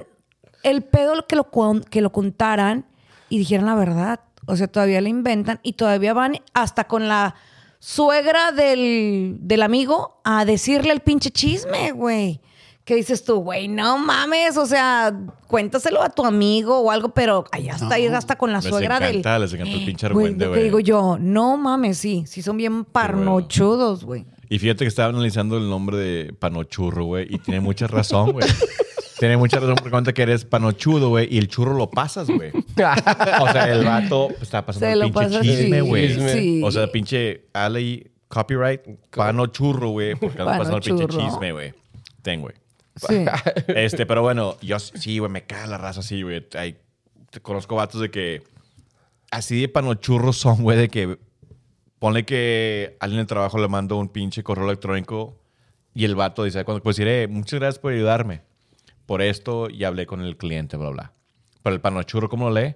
C: el pedo que lo, con- que lo contaran y dijeran la verdad. O sea, todavía le inventan y todavía van hasta con la suegra del, del amigo a decirle el pinche chisme, güey. ¿Qué dices tú, güey? No mames, o sea, cuéntaselo a tu amigo o algo, pero allá hasta ir hasta con la
A: Les
C: suegra
A: encanta,
C: del.
A: les encanta el pinche
C: Güey,
A: argüende,
C: lo que
A: güey.
C: digo yo, no mames, sí, sí son bien parnochudos, güey.
A: Y fíjate que estaba analizando el nombre de panochurro, güey. Y tiene mucha razón, güey. tiene mucha razón porque cuenta que eres panochudo, güey. Y el churro lo pasas, güey. O sea, el vato está pasando
C: Se
A: el
C: lo
A: pinche
C: pasa
A: chisme,
C: así,
A: güey.
C: sí.
A: O sea, pinche alley copyright, pano churro, güey. Porque ando
C: Pano
A: pasando el pinche
C: churro.
A: chisme, güey. Ten, güey.
C: Sí.
A: Este, pero bueno, yo sí, güey, me caga la raza así, güey. Ay, te conozco vatos de que así de panochurros son, güey, de que ponle que alguien en el trabajo le mando un pinche correo electrónico y el vato dice, cuando pues diré, muchas gracias por ayudarme. Por esto y hablé con el cliente, bla, bla. Pero el panochurro, ¿cómo lo lee?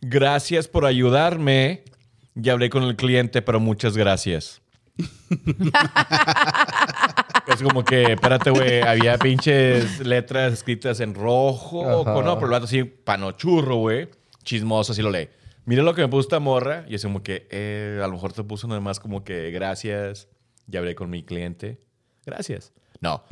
A: Gracias por ayudarme. Y hablé con el cliente, pero muchas gracias. Es como que, espérate, güey, había pinches letras escritas en rojo. o
B: Ajá.
A: con- no, pero el vato así, panochurro, güey. Chismoso, así lo lee. Mira lo que me puso esta morra. Y es como que, eh, a lo mejor te puso nada más como que, gracias. Ya hablé con mi cliente. Gracias. No.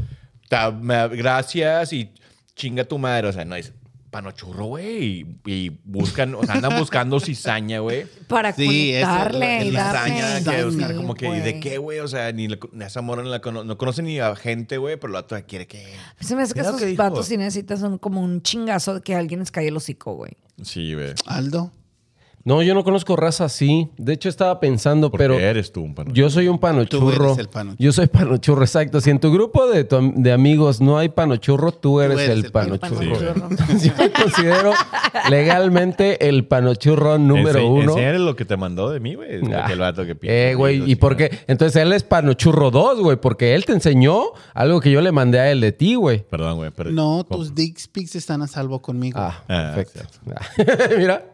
A: Ta- me- gracias y chinga tu madre. O sea, no es panochurro, güey. Y, y buscan, o sea, andan buscando cizaña, güey.
C: Para
D: Sí, eso,
C: conectarle
D: la-
C: y
D: la
C: darle.
A: Lasaña, que, o sea,
D: Sí,
A: como que, ¿y
C: pues.
A: ¿de qué, güey? O sea, ni, la- ni a esa morra no la cono- no conoce ni a gente, güey, pero la otra quiere que.
C: Se me hace que
A: Mira lo
C: esos
A: que dijo.
C: vatos sí necesitan son como un chingazo de que alguien les cae el hocico, güey.
A: Sí, güey.
D: Aldo.
B: No, yo no conozco raza así. De hecho, estaba pensando, pero.
A: eres tú un pano.
B: Yo soy un panochurro.
D: Tú eres el panochurro.
B: Yo soy panochurro, exacto. Si en tu grupo de, tu am- de amigos no hay panochurro, tú eres,
D: eres
B: el,
D: el
A: panochurro.
B: panochurro. Yo me considero legalmente el panochurro número
A: Ense-
B: uno.
A: enséñale lo que te mandó de mí, güey. de
B: Ah.
A: que el vato que pinta
B: Eh, güey, ¿y
A: videos,
B: por
A: chingada.
B: qué? Entonces él es panochurro 2, güey, porque él te enseñó algo que yo le mandé a él de ti, güey.
A: Perdón, güey. pero-
D: No,
A: ¿Cómo?
D: tus dick pics están a salvo conmigo.
B: Ah,
A: Ah,
B: perfecto. Mira.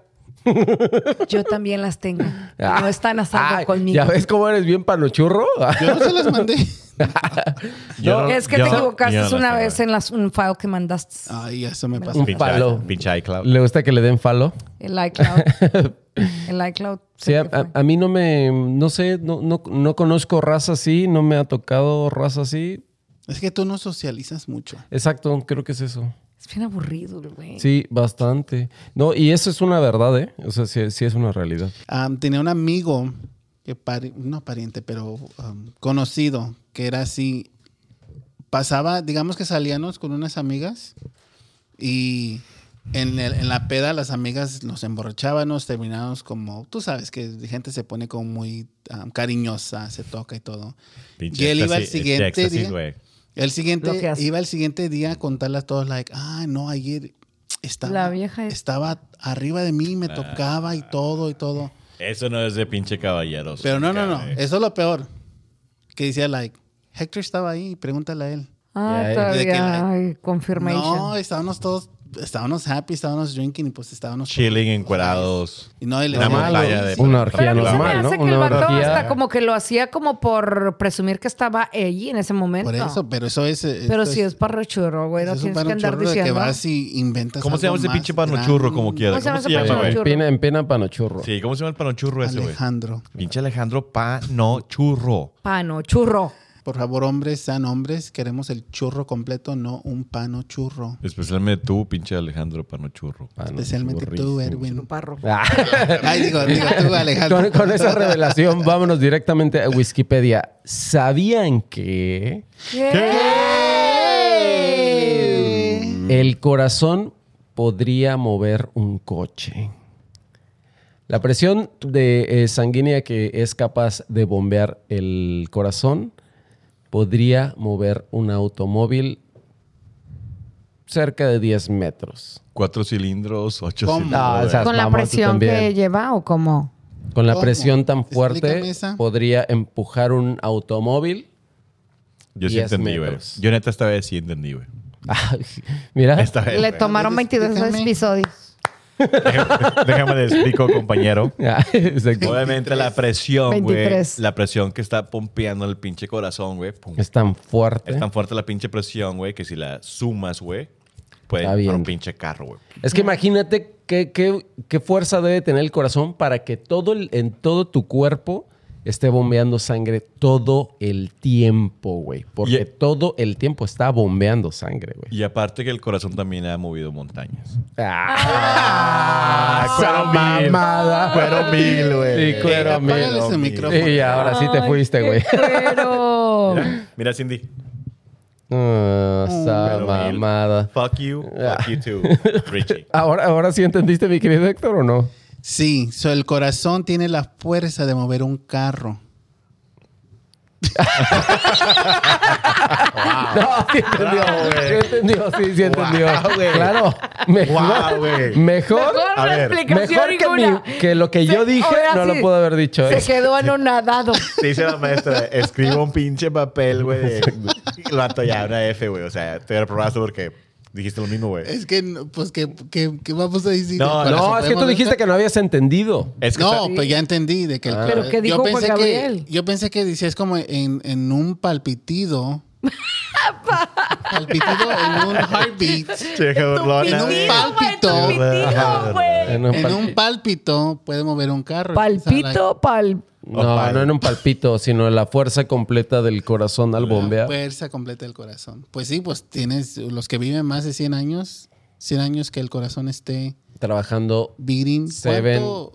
C: Yo también las tengo.
B: Ah.
C: No están a salvo
B: Ay,
C: conmigo.
B: ¿Ya ves cómo eres bien panochurro? Ah.
D: Yo no se las mandé.
A: Yo no-
C: Es que
A: yo-
C: te
A: yo no
C: equivocaste
A: sé,
C: una
A: güey.
C: vez en las- un file que mandaste.
D: Ay, eso me pasó.
B: Un
A: Pinche-
B: palo.
A: Pinche iCloud.
B: ¿Le gusta que le den falo?
C: El iCloud. El iCloud.
B: Sí, ah, a,
C: creo que
B: a- a mí no me, no sé, no, no, no conozco raza así, no me ha tocado raza así.
D: Es que tú no socializas mucho.
B: Exacto, creo que es eso.
C: fue. Es bien aburrido, güey.
B: Sí, bastante. No, y eso es una verdad, ¿eh? O sea, sí, sí es una realidad.
D: Am, tenía un amigo, que pari- no pariente, pero am, conocido, que era así. Pasaba, digamos que salíamos con unas amigas y en, el- en la peda las amigas nos emborrachábamos, terminábamos como, tú sabes que la gente se pone como muy am, cariñosa, se toca y todo.
A: Pinche
D: y él iba al
A: éxtasis-
D: siguiente
A: éxtasis,
D: día.
A: güey.
D: El
C: Lo que
D: siguiente,
C: hace.
D: iba el siguiente día a contarle a todos, like, ah, no, ayer estaba,
C: La vieja es-
D: estaba arriba de mí, me tocaba y todo y todo.
A: Eso no es de pinche caballeros.
D: Pero no, no, no.
A: cabrón.
D: Eso es lo peor. Que decía, like, Hector estaba ahí, pregúntale a él.
C: Ah,
B: Ya,
D: de que
C: todavía.
D: la-
C: Ay, confirmation.
D: No, estábamos todos, estábamos happy, estábamos drinking y pues estábamos.
A: Chilling, encuerados.
D: Y no, y le
A: Una
D: decía,
A: montaña de-
B: Una
C: Pero
B: orgía
C: a mí se me
B: normal,
C: hace
B: ¿no?
C: que el
B: Una
C: vato hasta
B: orgía.
C: como que lo hacía como por presumir que estaba allí en ese momento.
D: Por eso, pero eso es.
C: Pero
D: esto
C: si es parrochurro, güey, no
D: es un
C: tienes que andar
D: panochurro de
C: diciendo.
D: que vas y inventas.
A: ¿Cómo se llama
D: algo
A: ese
D: más
A: pinche panochurro como
D: grande.
A: quiera?
C: ¿Cómo se
A: ¿Cómo se
C: llama ese
A: llama, güey?
C: panochurro?
B: Empina, empina panochurro.
A: Sí, ¿cómo se llama el panochurro ese, güey?
D: Alejandro,
A: Pinche Alejandro Panochurro.
C: Pano, churro.
D: por favor, hombres, sean hombres. Queremos el churro completo, no un panochurro.
A: Especialmente tú, pinche Alejandro Panochurro.
B: Pano
D: Especialmente tú,
B: churrísimo.
D: Erwin.
C: Parro.
B: Ah,
D: Ay, digo, digo tú, Alejandro.
B: con, con esa revelación, vámonos directamente a Wikipedia. ¿Sabían que
C: ¿Qué?
D: Mm.
B: el corazón podría mover un coche? La presión de, eh, sanguínea que es capaz de bombear el corazón podría mover un automóvil cerca de 10 metros.
A: Cuatro cilindros, ocho
D: ¿Cómo?
A: cilindros.
B: No, o sea,
E: ¿Con la
B: mamón, tú
E: presión
B: también.
E: que lleva o cómo?
B: Con la
D: ¿Cómo?
B: presión tan
D: Explícame
B: fuerte
D: esa.
B: podría empujar un automóvil.
A: Yo sí
B: 10
A: entendí, güey.
B: metros.
A: Yo neta esta vez sí entendí, güey.
B: Ah, Mira,
A: Esta vez.
E: Le
A: güey.
E: tomaron 22
D: explícame.
E: episodios.
A: Déjame, déjame le explico, compañero.
B: Ah, exacto.
A: Obviamente la presión, güey.
E: 23.
A: La presión que está pompeando el pinche corazón, güey. pum,
B: es tan fuerte.
A: Es tan fuerte la pinche presión, güey, que si la sumas, güey, puede
B: Está
A: para
B: bien.
A: un pinche carro, güey.
B: Es que imagínate qué, qué- qué fuerza debe tener el corazón para que todo el- en todo tu cuerpo esté bombeando sangre todo el tiempo, güey. Porque
A: Y-
B: todo el tiempo está bombeando sangre, güey.
A: Y aparte que el corazón también ha movido montañas.
B: ¡Ah! ¡Esa
A: mil.
B: mamada!
A: Cuero mil, güey.
B: Sí, cuero mil.
D: Apágale su
A: mil.
D: micrófono.
B: Y ahora sí te
C: Ay,
B: fuiste,
C: qué
B: güey.
C: cuero.
B: Oh.
A: Mira, mira, Cindy.
B: Ah, ¡Esa
A: Cuero mil.
B: mamada!
A: Fuck you, fuck you too, Richie.
B: Ahora, ahora sí entendiste, mi querido Héctor, ¿o no?
D: Sí, so el corazón tiene la fuerza de mover un carro.
B: No, sí entendió,
D: Ah,
B: sí entendió, sí, sí entendió. Claro, mejor,
A: güey.
B: mejor,
C: Mejor
A: A
C: no
A: ver,
C: explicación
B: mejor que,
C: ninguna.
B: mi- que lo que yo
C: Se-
B: dije
C: ahora
B: no
C: sí,
B: lo puedo haber dicho. ¿eh?
E: Se quedó anonadado.
A: Te dice la maestra, escribo un pinche papel, güey. de- Lo ato ya, una F, güey. O sea, te reprobaste porque dijiste lo mismo, güey.
D: Es que, no, pues, que, que- que vamos a decir?
A: No,
D: El corazón
B: No, es que
D: puede
B: tú
D: mover-
B: dijiste que no habías entendido.
A: Es que
D: No,
A: está- Ah.
D: pues ya entendí de que el
C: Pero,
D: cora-
C: ¿qué dijo Juan Gabriel?
D: Que, yo pensé que decías como en, en un palpitido. palpitido en un heartbeat.
A: Checa, burlona,
B: ¿eh?
D: En un
A: güey.
D: pal-
C: Palpito,
D: Palpito.
C: güey, tu pitido, güey.
B: En un
D: En
B: palpi-
D: un pálpito puede mover un carro. O
C: Palpito, pal.
D: Oh,
B: No, no en un palpito, sino en la fuerza completa del corazón al
D: sea, la
B: bombear.
D: fuerza completa del corazón. Pues sí, pues tienes los que viven más de 100 años, 100 años que el corazón esté
B: Trabajando.
D: beating.
B: Seven.
D: ¿Cuánto-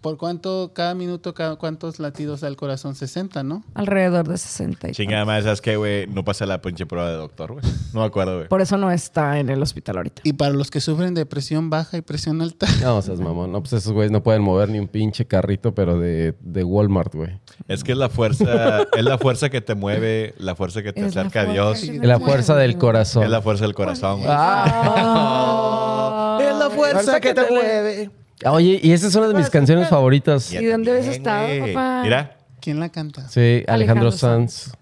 D: ¿Por cuánto cada minuto, cada- cuántos latidos da el corazón? 60, ¿no?
C: Alrededor de 60. y
A: Chingada madre, ¿sabes qué, güey? No pasa la pinche prueba de doctor, güey. No me acuerdo, güey.
C: Por eso no está en el hospital ahorita.
D: Y para los que sufren de presión baja y presión alta.
B: No, seas mamón. No, pues esos güeyes no pueden mover ni un pinche carrito, pero de, de Walmart, güey.
A: Es que es la fuerza, es la fuerza que te mueve, la fuerza que te
C: Es la
A: acerca a
C: fuerza Ah,
A: Dios.
C: que
B: La fuerza del corazón.
A: Es la fuerza del corazón, güey.
B: Ah.
A: Es la fuerza que te mueve.
B: Oye, y esa es una de mis canciones favoritas.
C: ¿Y dónde habías
A: Bien,
C: estado,
A: güey.
C: papá?
A: Mira,
D: ¿Quién la canta?
B: Sí, Alejandro
C: Alejandro Sanz.
B: Sanz.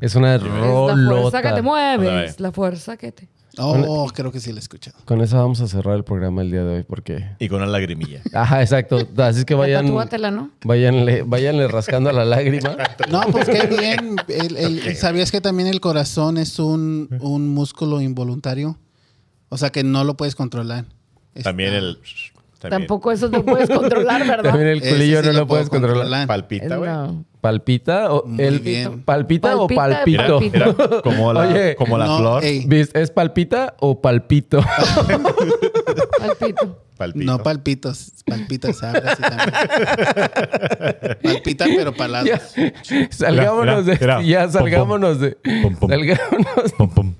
B: Es una
C: Es la fuerza que
B: rolota.
C: te mueve.
A: Ándale.
C: Es la fuerza que te.
D: Oh, creo que sí la he escuchado.
B: Con esa vamos a cerrar el programa el día de hoy porque...
A: y con una lagrimilla.
B: Ajá, exacto. Así es que vayan...
C: Tatúatela, ¿no?
B: Váyanle, váyanle rascando a la lágrima.
D: No, pues qué bien. El- el- ¿Sabías que también el corazón es un, un músculo involuntario? O sea que no lo puedes controlar. Ah, Está-
A: También el... también.
C: Tampoco eso te puedes controlar, ¿verdad?
B: También el
D: Ese
B: culillo
D: sí
B: no
D: lo
B: lo puedes
D: puedo
B: controlar.
A: Palpita, güey.
C: No.
B: ¿Palpita o
D: Muy
B: el...
D: bien.
B: ¿Palpita o
C: Palpita,
A: Mira,
B: palpito?
C: palpito.
A: mira, como la,
B: Oye,
A: como la
D: no,
A: flor.
D: ey,
B: ¿Vis- ¿Es palpita o palpito?
C: Palpito.
A: Palpito.
D: no palpitos, palpitas hablas y también. Palpita, pero
B: Ya.
D: palabras.
B: Salgámonos de...
A: mira, mira.
B: Ya,
A: Pum, pum.
B: salgámonos de...
A: Pum, pum.
B: Salgámonos
A: Pum, pum.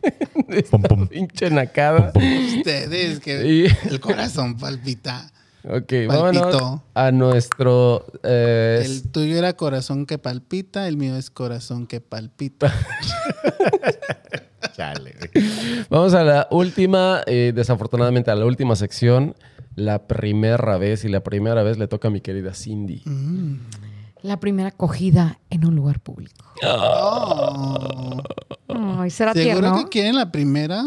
B: de esta
A: Pum, pum.
B: pinche nacada.
D: Ustedes
B: Y-
D: que el corazón palpita.
B: Ok,
D: Palpito.
B: vámonos a nuestro... eh,
D: El tuyo era corazón que palpita, el mío es corazón que palpita.
A: Chale, güey.
B: Vamos a la última, eh, desafortunadamente a la última sección, la primera vez, y la primera vez le toca a mi querida Cindy.
E: La primera cogida en un lugar público.
D: Oh.
E: Ay, será
D: ¿Seguro
E: tierno.
D: que quieren la primera?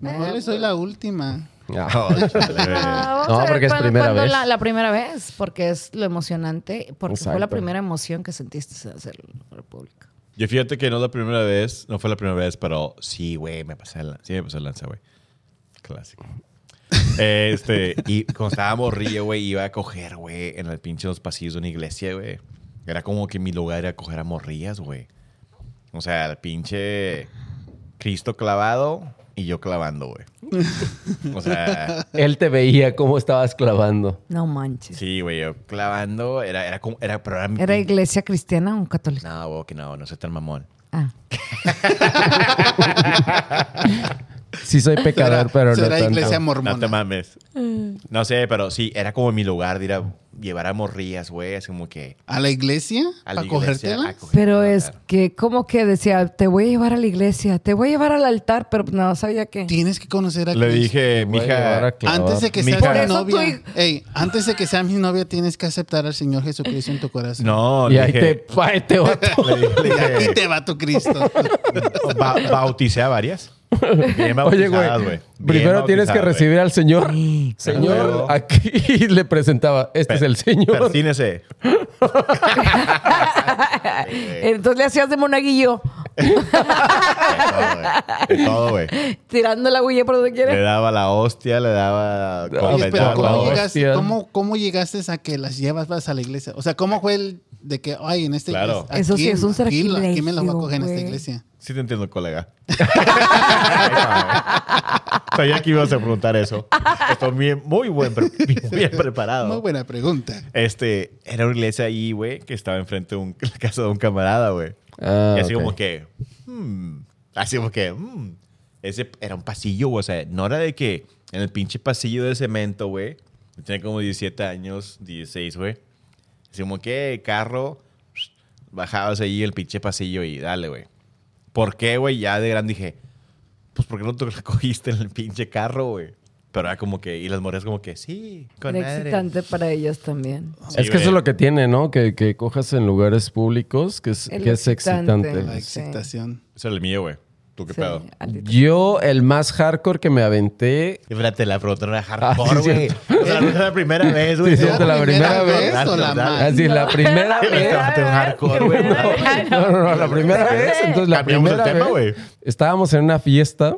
D: No, yo soy la última.
B: Ah,
A: Oh, chale, güey.
E: Ah, vamos
B: No,
E: a ver
B: porque es
E: cuándo-
B: primera
E: cuándo
B: vez.
E: La, la primera vez, porque es lo emocionante, porque fue la
B: Exacto.
E: primera emoción que sentiste de hacerlo en un lugar público.
A: Yo fíjate que no es la primera vez, no fue la primera vez, pero sí, güey, me pasé el lanza. Sí, me pasé el lanza, güey. Clásico. Eh, este, y cuando estaba morrillo, güey, iba a coger, güey, en el pinche los pasillos de una iglesia, güey. Era como que mi lugar era coger a morrillas, güey. O sea, el pinche Cristo clavado y yo clavando, güey. O sea,
B: él te veía cómo estabas clavando.
E: No manches.
A: sí, güey, yo clavando, era, era como, era, pero era mi
E: ¿Era
A: pin-
E: iglesia cristiana o católica?
A: No,
C: Ah.
A: güey, que no, no soy tan mamón.
E: Ah.
B: Sí soy pecador, pero no
D: será
B: tanto.
D: iglesia mormona.
A: No te mames.
B: Mm.
A: No sé, pero sí, era como mi lugar de ir a llevar a morrillas, güey, así como que
D: ¿A la iglesia?
A: a la
D: ¿Para
A: iglesia
D: cogértela?
A: a coger-
C: Pero
A: a
C: es
A: coger.
C: que, como que decía, te voy a llevar a la iglesia, te voy a llevar al altar, pero no sabía qué.
D: Tienes que conocer a
A: Le
D: Cristo.
A: dije,
B: Voy a llevar
A: mija,
B: a clavar.
D: Antes de que
A: Mi
D: seas
A: hija.
D: mi
C: Por eso tu
D: novia,
C: hij-
D: Ey, antes de que seas mi novia, tienes que aceptar al Señor Jesucristo en tu corazón.
A: no,
B: Y
A: le
B: ahí
A: dije,
B: te, ahí te va todo.
A: le dije-
D: Y
A: le
D: a ti
A: dije,
D: te va tu Cristo.
A: ba- bauticé a varias. Bien
B: Oye, güey.
A: bautizadas, güey. Bien
B: Primero tienes
A: bautizadas,
B: que
A: güey.
B: recibir al Señor.
A: Claro.
B: Señor, aquí y le presentaba. Este es el Señor.
A: Persínese.
C: Entonces le hacías de monaguillo,
A: Todo, güey. Todo, güey.
C: tirando la huella por donde
A: Le
C: quiera.
A: daba la hostia, le daba.
D: Oye, pero
A: comentaba,
D: ¿cómo,
A: güey.
B: llega-
D: llegas-
B: Hostia.
D: cómo- cómo llegaste a que las llevas vas a la iglesia? O sea, ¿cómo fue el de que, ay, en este esta
A: Claro.
D: iglesia? ¿a
C: Eso sí
D: quién-
C: es un
D: a quién- ¿A quién me las va a
C: sacrilegio,
D: coger en esta
C: güey.
D: iglesia?
A: Sí te entiendo, colega. Sabía que ibas a preguntar eso. Estoy bien- muy buen, pre- bien, bien preparado.
D: Muy buena pregunta.
A: Este, era una iglesia ahí, güey, que estaba enfrente de un- la casa de un camarada, güey.
B: Ah,
A: y así
B: ok.
A: como que, hmm, así como que, hmm. Ese era un pasillo, güey. O sea, no era de que en el pinche pasillo de cemento, güey. Yo Tenía como 17 años, 16, güey. Así como que, carro, bajabas ahí el pinche pasillo y dale, güey. ¿Por qué, güey? Ya de gran dije, pues ¿por qué no te recogiste en el pinche carro, güey? Pero era como que, y las morías como que, sí, con
C: Era
A: madre.
C: excitante para ellas también.
A: Sí,
B: Es que eso es
A: güey.
B: lo que tiene, ¿no? Que, que cojas en lugares públicos, que es,
C: El
B: que es
C: excitante.
B: excitante.
D: La
C: Sí.
D: excitación.
A: Eso era el mío, güey. ¿Tú qué
C: Sí,
A: pedo?
C: altita.
B: Yo, el más hardcore que me aventé.
A: Y Espérate, la pregunta no era
B: Ah,
A: hardcore,
B: sí,
A: güey.
B: cierto.
A: o sea, no es la primera vez, güey.
B: Sí,
A: No,
B: cierto, la primera vez.
D: o la
A: Dale,
D: más?
A: dale.
B: Así, la primera
A: Me
B: vez.
A: estaba haciendo hardcore, Ah, güey.
B: No, no, no, la primera vez. Entonces, la
A: Cambiamos el
B: primera
A: tema,
B: vez,
A: güey.
B: Estábamos en una fiesta.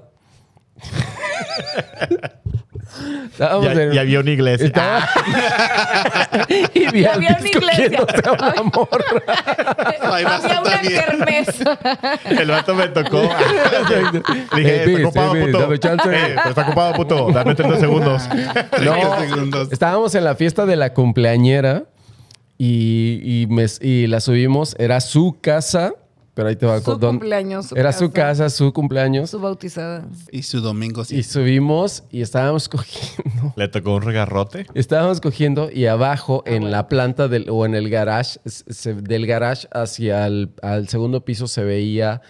B: estábamos
A: Ya,
B: en-
A: ya había una iglesia. Ah.
B: estaba- y vi
C: Y
B: al
C: había una
B: disco
C: iglesia.
B: cogiéndose a una morra.
D: Ay, vas a
C: Había una
D: estar bien.
C: kermés.
A: Ah, el vato me tocó.
B: Eh,
A: Dije,
B: Vince,
A: está ocupado,
B: eh, Vince,
A: puto.
B: dame chance.
A: Eh, pero está ocupado, puto. Dame 30 segundos.
B: No,
D: 30 segundos.
B: estábamos en la fiesta de la cumpleañera y, y me- y la subimos. Era su casa, pero ahí te va
C: Su
B: con- don-
C: cumpleaños, su
B: Era su
C: casa.
B: casa, su cumpleaños.
C: Su bautizada.
D: Y su domingo sí.
B: Y subimos y estábamos cogiendo.
A: Le tocó un regarrote.
B: Estábamos cogiendo y abajo en la planta del, o en el garage, s- se- del garage hacia el al segundo piso se veía,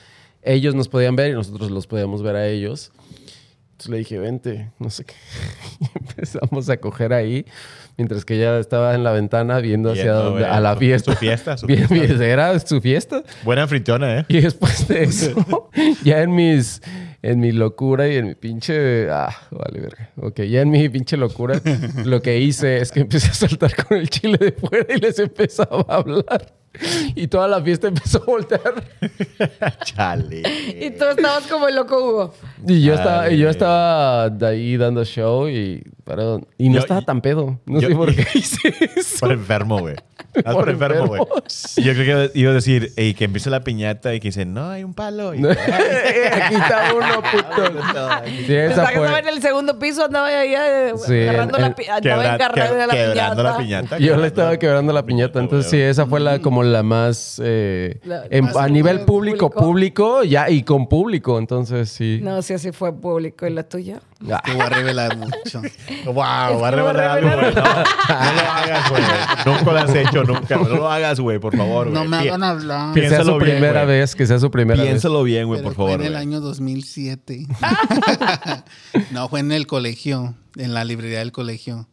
B: ellos nos podían ver y nosotros los podíamos ver a ellos. Entonces le dije, vente, no sé qué. Y empezamos a coger ahí, mientras que ella estaba en la ventana viendo hacia
A: Viendo,
B: donde-
A: güey,
B: a la
A: su-
B: fiesta.
A: su fiesta, su
B: Bien,
A: fiesta.
B: bien, Era su fiesta.
A: Buena anfitriona, ¿eh?
B: Y después de eso, ya en mis en mi locura y en mi pinche ah, vale verga. Ok, ya en mi pinche locura lo que hice es que empecé a saltar con el chile de fuera y les empezaba a hablar. Y toda la fiesta empezó a voltear.
A: Chale.
C: Y tú estabas como el loco Hugo.
B: Y yo estaba, y yo
A: Ay.
B: estaba de ahí dando show y, pero- y no
A: Yo-
B: estaba tan pedo. No
A: yo-
B: sé por qué hice eso.
A: Por enfermo, güey. Haz por
B: Por
A: enfermo, güey.
B: enfermo.
A: Y Yo creo que iba a decir, ey, que empieza la piñata y que dicen, no, hay un palo. Y,
B: Eh, Aquí está uno, puto. Sí, esa
C: Pensaba que
B: fue-
C: estaba en el segundo piso, andaba ahí eh,
B: Sí, en-
C: agarrando
B: en-
C: la pi- andaba
A: Quebra-
C: encarnando
A: que-
C: la
A: quebrando la
C: piñata.
A: piñata.
B: Yo le estaba quebrando la piñata, entonces sí,
A: güey.
B: esa fue la como la más eh,
C: La-
B: en-
C: más
B: a nivel
C: público.
B: público, público, ya y con público, entonces sí.
C: No, sí, así fue público. ¿Y la tuya?
B: Ah,
D: Te voy a revelar mucho.
A: Wow, va a
C: que va a
A: revelar algo, güey. No, no lo hagas, güey. Nunca lo has hecho, nunca. güey. No lo hagas, güey, por favor, güey.
D: No me
A: Pi-
D: hagan hablar.
B: que sea
A: piénsalo
B: su
A: bien,
B: primera
A: güey.
B: vez, que sea su primera
A: Piénsalo bien, güey,
D: Pero
A: por favor.
D: Fue en el
A: güey.
D: año 2007. no, fue en el colegio, en la librería del colegio.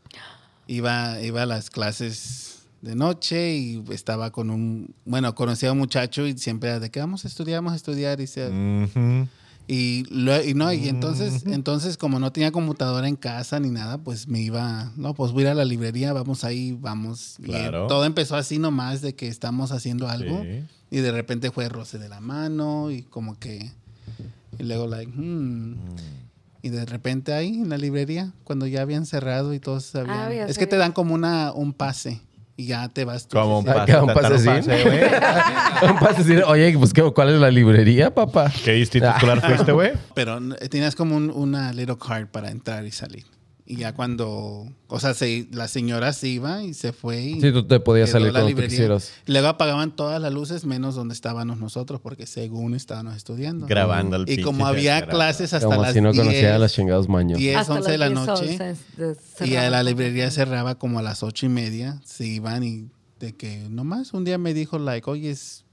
D: Iba, iba a las clases de noche y estaba con un, bueno, conocía a un muchacho y siempre era de que vamos a estudiar, vamos a estudiar y
A: Mm.
D: se,
A: Ujú.
D: Y, lo- y no, y entonces,
A: Mm.
D: entonces como no tenía computadora en casa ni nada, pues me iba, no, pues voy a ir a la librería, vamos ahí, vamos. Y, eh,
A: Claro.
D: todo empezó así nomás de que estamos haciendo algo
A: Sí.
D: y de repente fue roce de la mano y como que, y luego like,
A: Mm.
D: hmm. Y de repente ahí en la librería, cuando ya habían cerrado y todos sabían.
C: Ah, ya
D: es
C: sé.
D: que te dan como una, un pase y ya te vas tú.
A: Como un
B: Ah,
A: pase,
B: que un
A: tatar, un
B: pasecín.
A: pase, güey.
B: vez. Un paso así de, Oye, pues, ¿qué- ¿cuál es la librería, papá? Ah.
A: ¿Qué distrito escolar fuiste, güey?
D: Pero eh, tenías como un- una little card para entrar y salir. Y
A: Mm.
D: ya cuando, o sea, se- la señora se iba y se fue. Y
B: Sí, tú te podías
D: quedó
B: salir
D: la
B: cuando tú
D: librería.
B: quisieras.
D: Luego apagaban todas las luces menos donde estábamos nosotros, porque según estábamos estudiando.
A: Grabando el
D: Y
A: pinche
D: como había
A: desgraciado.
D: clases hasta
B: Como
D: las
B: si no
D: 10,
B: conocía a las chingados maños.
D: 10,
C: Hasta
D: 11 de la
C: las 10,
D: noche.
C: 11 de-
D: Y a
C: cerraba.
D: la librería cerraba como a las ocho y media. Se iban y de que nomás un día me dijo, like, oye, es-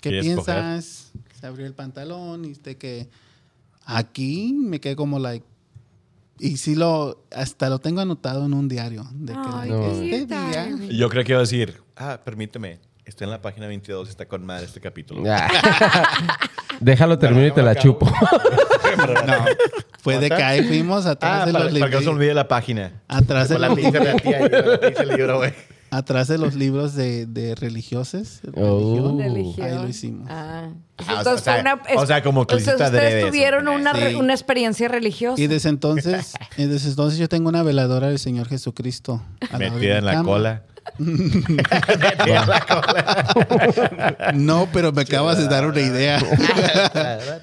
D: ¿qué
A: ¿Quieres
D: piensas? Se abrió el pantalón y de que aquí me quedé como, like, y sí lo, hasta lo tengo anotado en un diario. De que,
C: Ay,
D: like,
B: No.
D: este
C: qué
D: día.
C: tal.
A: Yo creo que iba a decir, ah, permíteme, está en la página 22, está con madre este capítulo.
B: Ah. Déjalo termino y te
A: Pero
B: la
A: acabo.
B: chupo.
D: No, fue de que ahí fuimos atrás
A: Ah,
D: de
A: para,
D: los
A: para que no se
D: libros.
A: olvide la página.
D: Atrás de
A: Con la
D: los,
A: pinche ratilla y con la pinche libro, güey.
D: atrás de los libros de, de religiosos.
B: Oh.
D: religión.
C: Religión.
D: Uh, Ahí lo hicimos.
C: Ah. Pues
A: Ah, o
C: entonces
A: sea,
C: fue una-
A: o sea, como que lo
C: entonces
A: hiciste adrede
C: ustedes
A: eso.
C: tuvieron una, re-
D: Sí.
C: una experiencia religiosa.
D: Y desde entonces, y desde entonces yo tengo una veladora del Señor Jesucristo. al lado de
A: Metida
D: mi
A: en la
D: Ah, cama.
A: cola. Metida en la cola.
D: No, pero me acabas de dar una idea.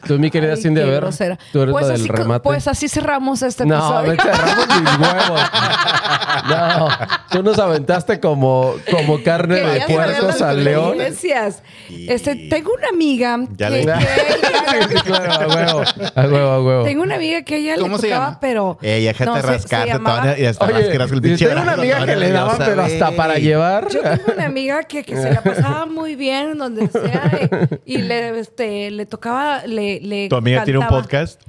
B: Tú, mi querida
C: Ay,
B: Sin
C: qué
B: Deber,
C: grosera.
B: tú eres
C: pues
B: la del
C: así, co-
B: remate.
C: Pues así cerramos este
B: no,
C: episodio.
B: me cerramos mis huevos. No, tú nos aventaste como, como carne
C: Que
B: de
C: ya
B: puercos
C: sabemos
B: al
C: las
B: león.
C: creencias.
A: Y-
C: Este, tengo una amiga
A: Ya
C: que,
A: le-
C: que-
B: Sí, claro, a huevo, a huevo, a huevo.
C: tengo una amiga que a ella le
D: ¿Cómo se
C: tocaba,
D: llama?
C: pero
A: Ey, déjate
C: no, se- se
A: Eh, rascarte,
C: llamaba-
A: Tony, y hasta
B: Oye,
A: rascas el
B: dice,
A: pinche
B: tengo una
A: brazo,
B: amiga
A: Tony,
B: que le
A: ya
B: daban, pero
A: sabes.
B: hasta para llevar.
C: Yo tengo una amiga que, que se la pasaba muy bien donde sea y, y le, este, le tocaba, le, le
A: ¿Tu amiga tiene un
C: cantaba.
A: podcast?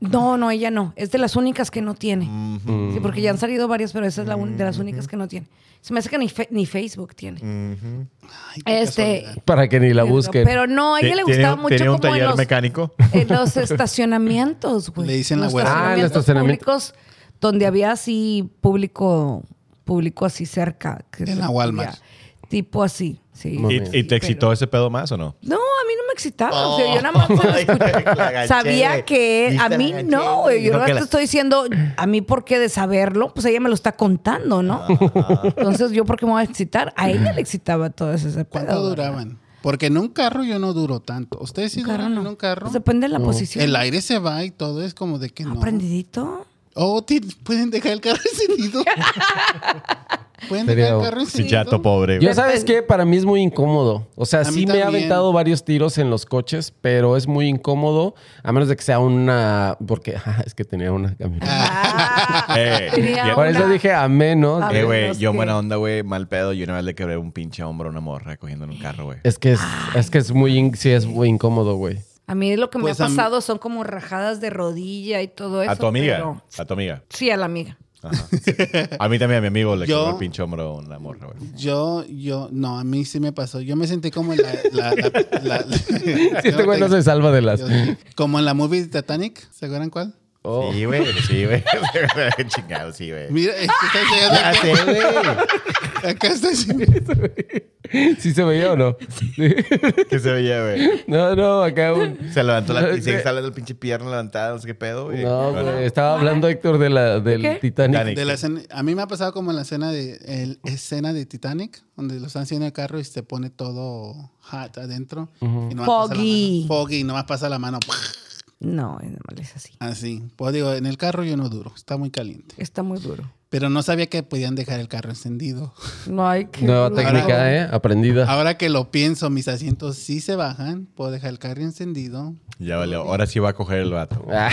C: No, no, ella no. Es de las únicas que no tiene. Sí, porque ya han salido varias, pero esa es la un- de las únicas que no tiene. Se me hace que ni, fe- ni Facebook tiene.
D: Ay, qué
C: Este,
D: casualidad.
B: Para que ni la
C: pero-
B: busquen.
C: Pero no, a ella le
A: ¿Tiene-
C: gustaba
A: tiene-
C: mucho
A: ¿Tiene un
C: como en
A: taller
C: los,
A: mecánico?
C: en los estacionamientos, güey.
D: Le dicen la
C: Los
D: güera.
B: Ah, el
C: estacionamientos
B: estacionamiento.
C: públicos donde había así público, público así cerca. que
D: En
C: se
D: la
C: podía-
D: Walmart.
C: Tipo así, sí.
B: Muy
C: Sí,
B: bien.
A: ¿Y, y te
C: pero-
A: excitó ese pedo más o no?
C: no, a mí no me excitaba. o sea, yo nada
A: Oh,
C: más se lo escuchaba. Sabía que a mí no, güey. Yo
A: Dijo
C: no
A: que
C: te
A: la-
C: estoy diciendo, a mí por qué de saberlo, pues ella me lo está contando, ¿no?
A: Ah.
C: Entonces, ¿yo por qué me voy a excitar? A ella le excitaba todo ese pedo.
D: ¿Cuánto duraban? Porque en un carro yo no duro tanto. ¿Ustedes sí
C: Un carro
D: duran en
C: no.
D: un carro?
C: Pues depende de la posición.
D: El aire se va y todo es como de que no.
C: Aprendidito.
D: Oh, ti- pueden dejar el carro encendido. pueden dejar
B: Sería
D: el carro encendido.
A: Chichato pobre.
B: Yo sabes que para mí es muy incómodo. O sea,
D: A
B: sí
D: mí
B: me he
D: también.
B: aventado varios tiros en los coches, pero es muy incómodo, a menos de que sea una... Porque es que tenía una camioneta.
C: Ah,
A: Eh,
C: tenía
A: ya-
B: Por
C: una-
B: eso dije a menos.
C: A
A: Eh, güey,
C: menos
A: yo
C: que-
A: buena onda, güey, mal pedo. Yo una vez le quebré un pinche hombro a una morra cogiendo en un carro, güey.
B: Es que es, es que es muy... in- Sí, es muy incómodo, güey.
C: A mí lo que
D: Pues
C: me
D: a
C: ha
D: mí-
C: pasado son como rajadas de rodilla y todo eso.
A: A tu amiga.
C: pero-
A: A tu amiga.
C: Sí, a la amiga.
A: A mí también, a mi amigo le
D: Yo-
A: quebró el pinche hombro a una morra, güey.
D: Yo, yo, no, a mí sí me pasó. Yo me sentí como en la. la, la- la-
B: Sí, este güey no se salva de las...
D: Yo- Como en la movie Titanic, ¿se acuerdan cuál?
B: Oh.
A: Sí, güey, sí, güey. Chingado, sí, güey.
D: Mira, es
A: Ya
D: que está llegando
A: sé, güey.
D: acá, acá está llegando.
B: ¿Sí se veía o no? Sí.
A: Que se veía, güey.
B: No, no, acá un...
A: Se levantó la y sigue saliendo el pinche pierna levantada, no sé qué pedo, güey.
B: No,
A: Bueno,
B: güey. Estaba hablando Héctor de la, del
C: ¿Qué?
B: Titanic.
A: Titanic.
D: De la escena- a mí me ha pasado como en la escena de el- escena de Titanic, donde lo están haciendo el carro y se pone todo hot adentro. y nomás pasa la
C: Foggy.
D: mano. Foggy, nomás pasa la mano.
C: No, es normal, es así.
D: Así. Pues digo, en el carro yo no duro, está muy caliente.
C: Está muy duro.
D: Pero no sabía que podían dejar el carro encendido.
C: No hay que.
B: Nueva técnica, ¿eh?
C: Ah.
B: Aprendida.
D: Ahora que lo pienso, mis asientos sí se bajan, puedo dejar el carro encendido.
A: Ya valió. Ahora sí va a coger el vato.
B: Ah.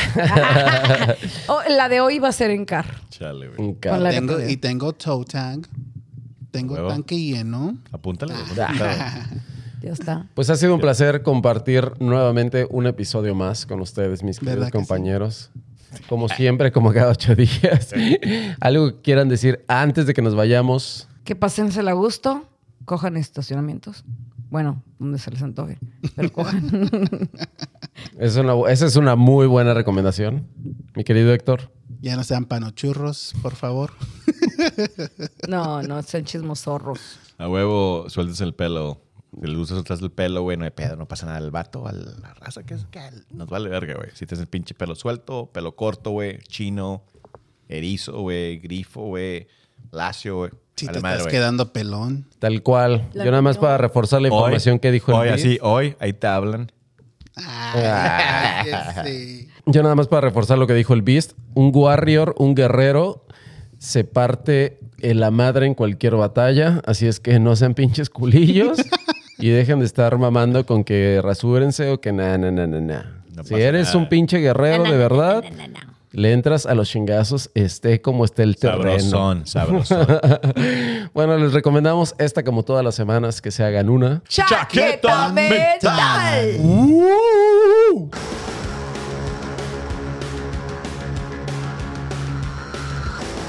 C: Oh, la de hoy va a ser en carro.
A: Chale, güey.
B: Un
C: Con la- Claro que
D: Tengo-
C: podía.
D: y tengo tow tag, tengo
A: Huevo.
D: tanque lleno.
A: Apúntale. güey.
B: Ah.
C: Ya está.
B: Pues ha sido un placer compartir nuevamente un episodio más con ustedes, mis queridos
D: ¿Verdad que sí?
B: compañeros. Como siempre, como cada ocho días. Algo que quieran decir antes de que nos vayamos.
C: Que pásensela a gusto. Cojan estacionamientos. Bueno, donde se les antoje. Pero cojan.
B: Es una, bu- esa es una muy buena recomendación, mi querido Héctor.
D: Ya no sean panochurros, por favor.
C: No, no, sean chismosorros.
A: A huevo, sueltes el pelo. Si le gustas atrás del pelo, güey, no hay pedo, no pasa nada. El vato, a la raza que es, que nos vale verga, güey. Si tienes el pinche pelo suelto, pelo corto, güey, chino, erizo, güey, grifo, güey, lacio, güey.
D: Si
A: Vale
D: te
A: madre,
D: estás
A: güey.
D: quedando pelón.
B: Tal cual.
C: La
B: Yo nada más
C: opinión.
B: para reforzar la información
A: Hoy-
B: que dijo el
A: Hoy,
B: Luis.
A: así, hoy, ahí te hablan.
D: Ay, sí.
B: Yo nada más para reforzar lo que dijo el Beast, un warrior, un guerrero, se parte eh, la madre en cualquier batalla, así es que no sean pinches culillos y dejen de estar mamando con que rasúrense o que na, na, na, na, na.
A: No
B: si
A: pasa
B: eres
A: nada.
B: un pinche guerrero de verdad, le entras a los chingazos, esté como esté el terreno.
A: Sabrosón, sabrosón.
B: bueno, les recomendamos esta como todas las semanas que se hagan una.
A: Chaqueta
C: mental.
D: ¡Uh!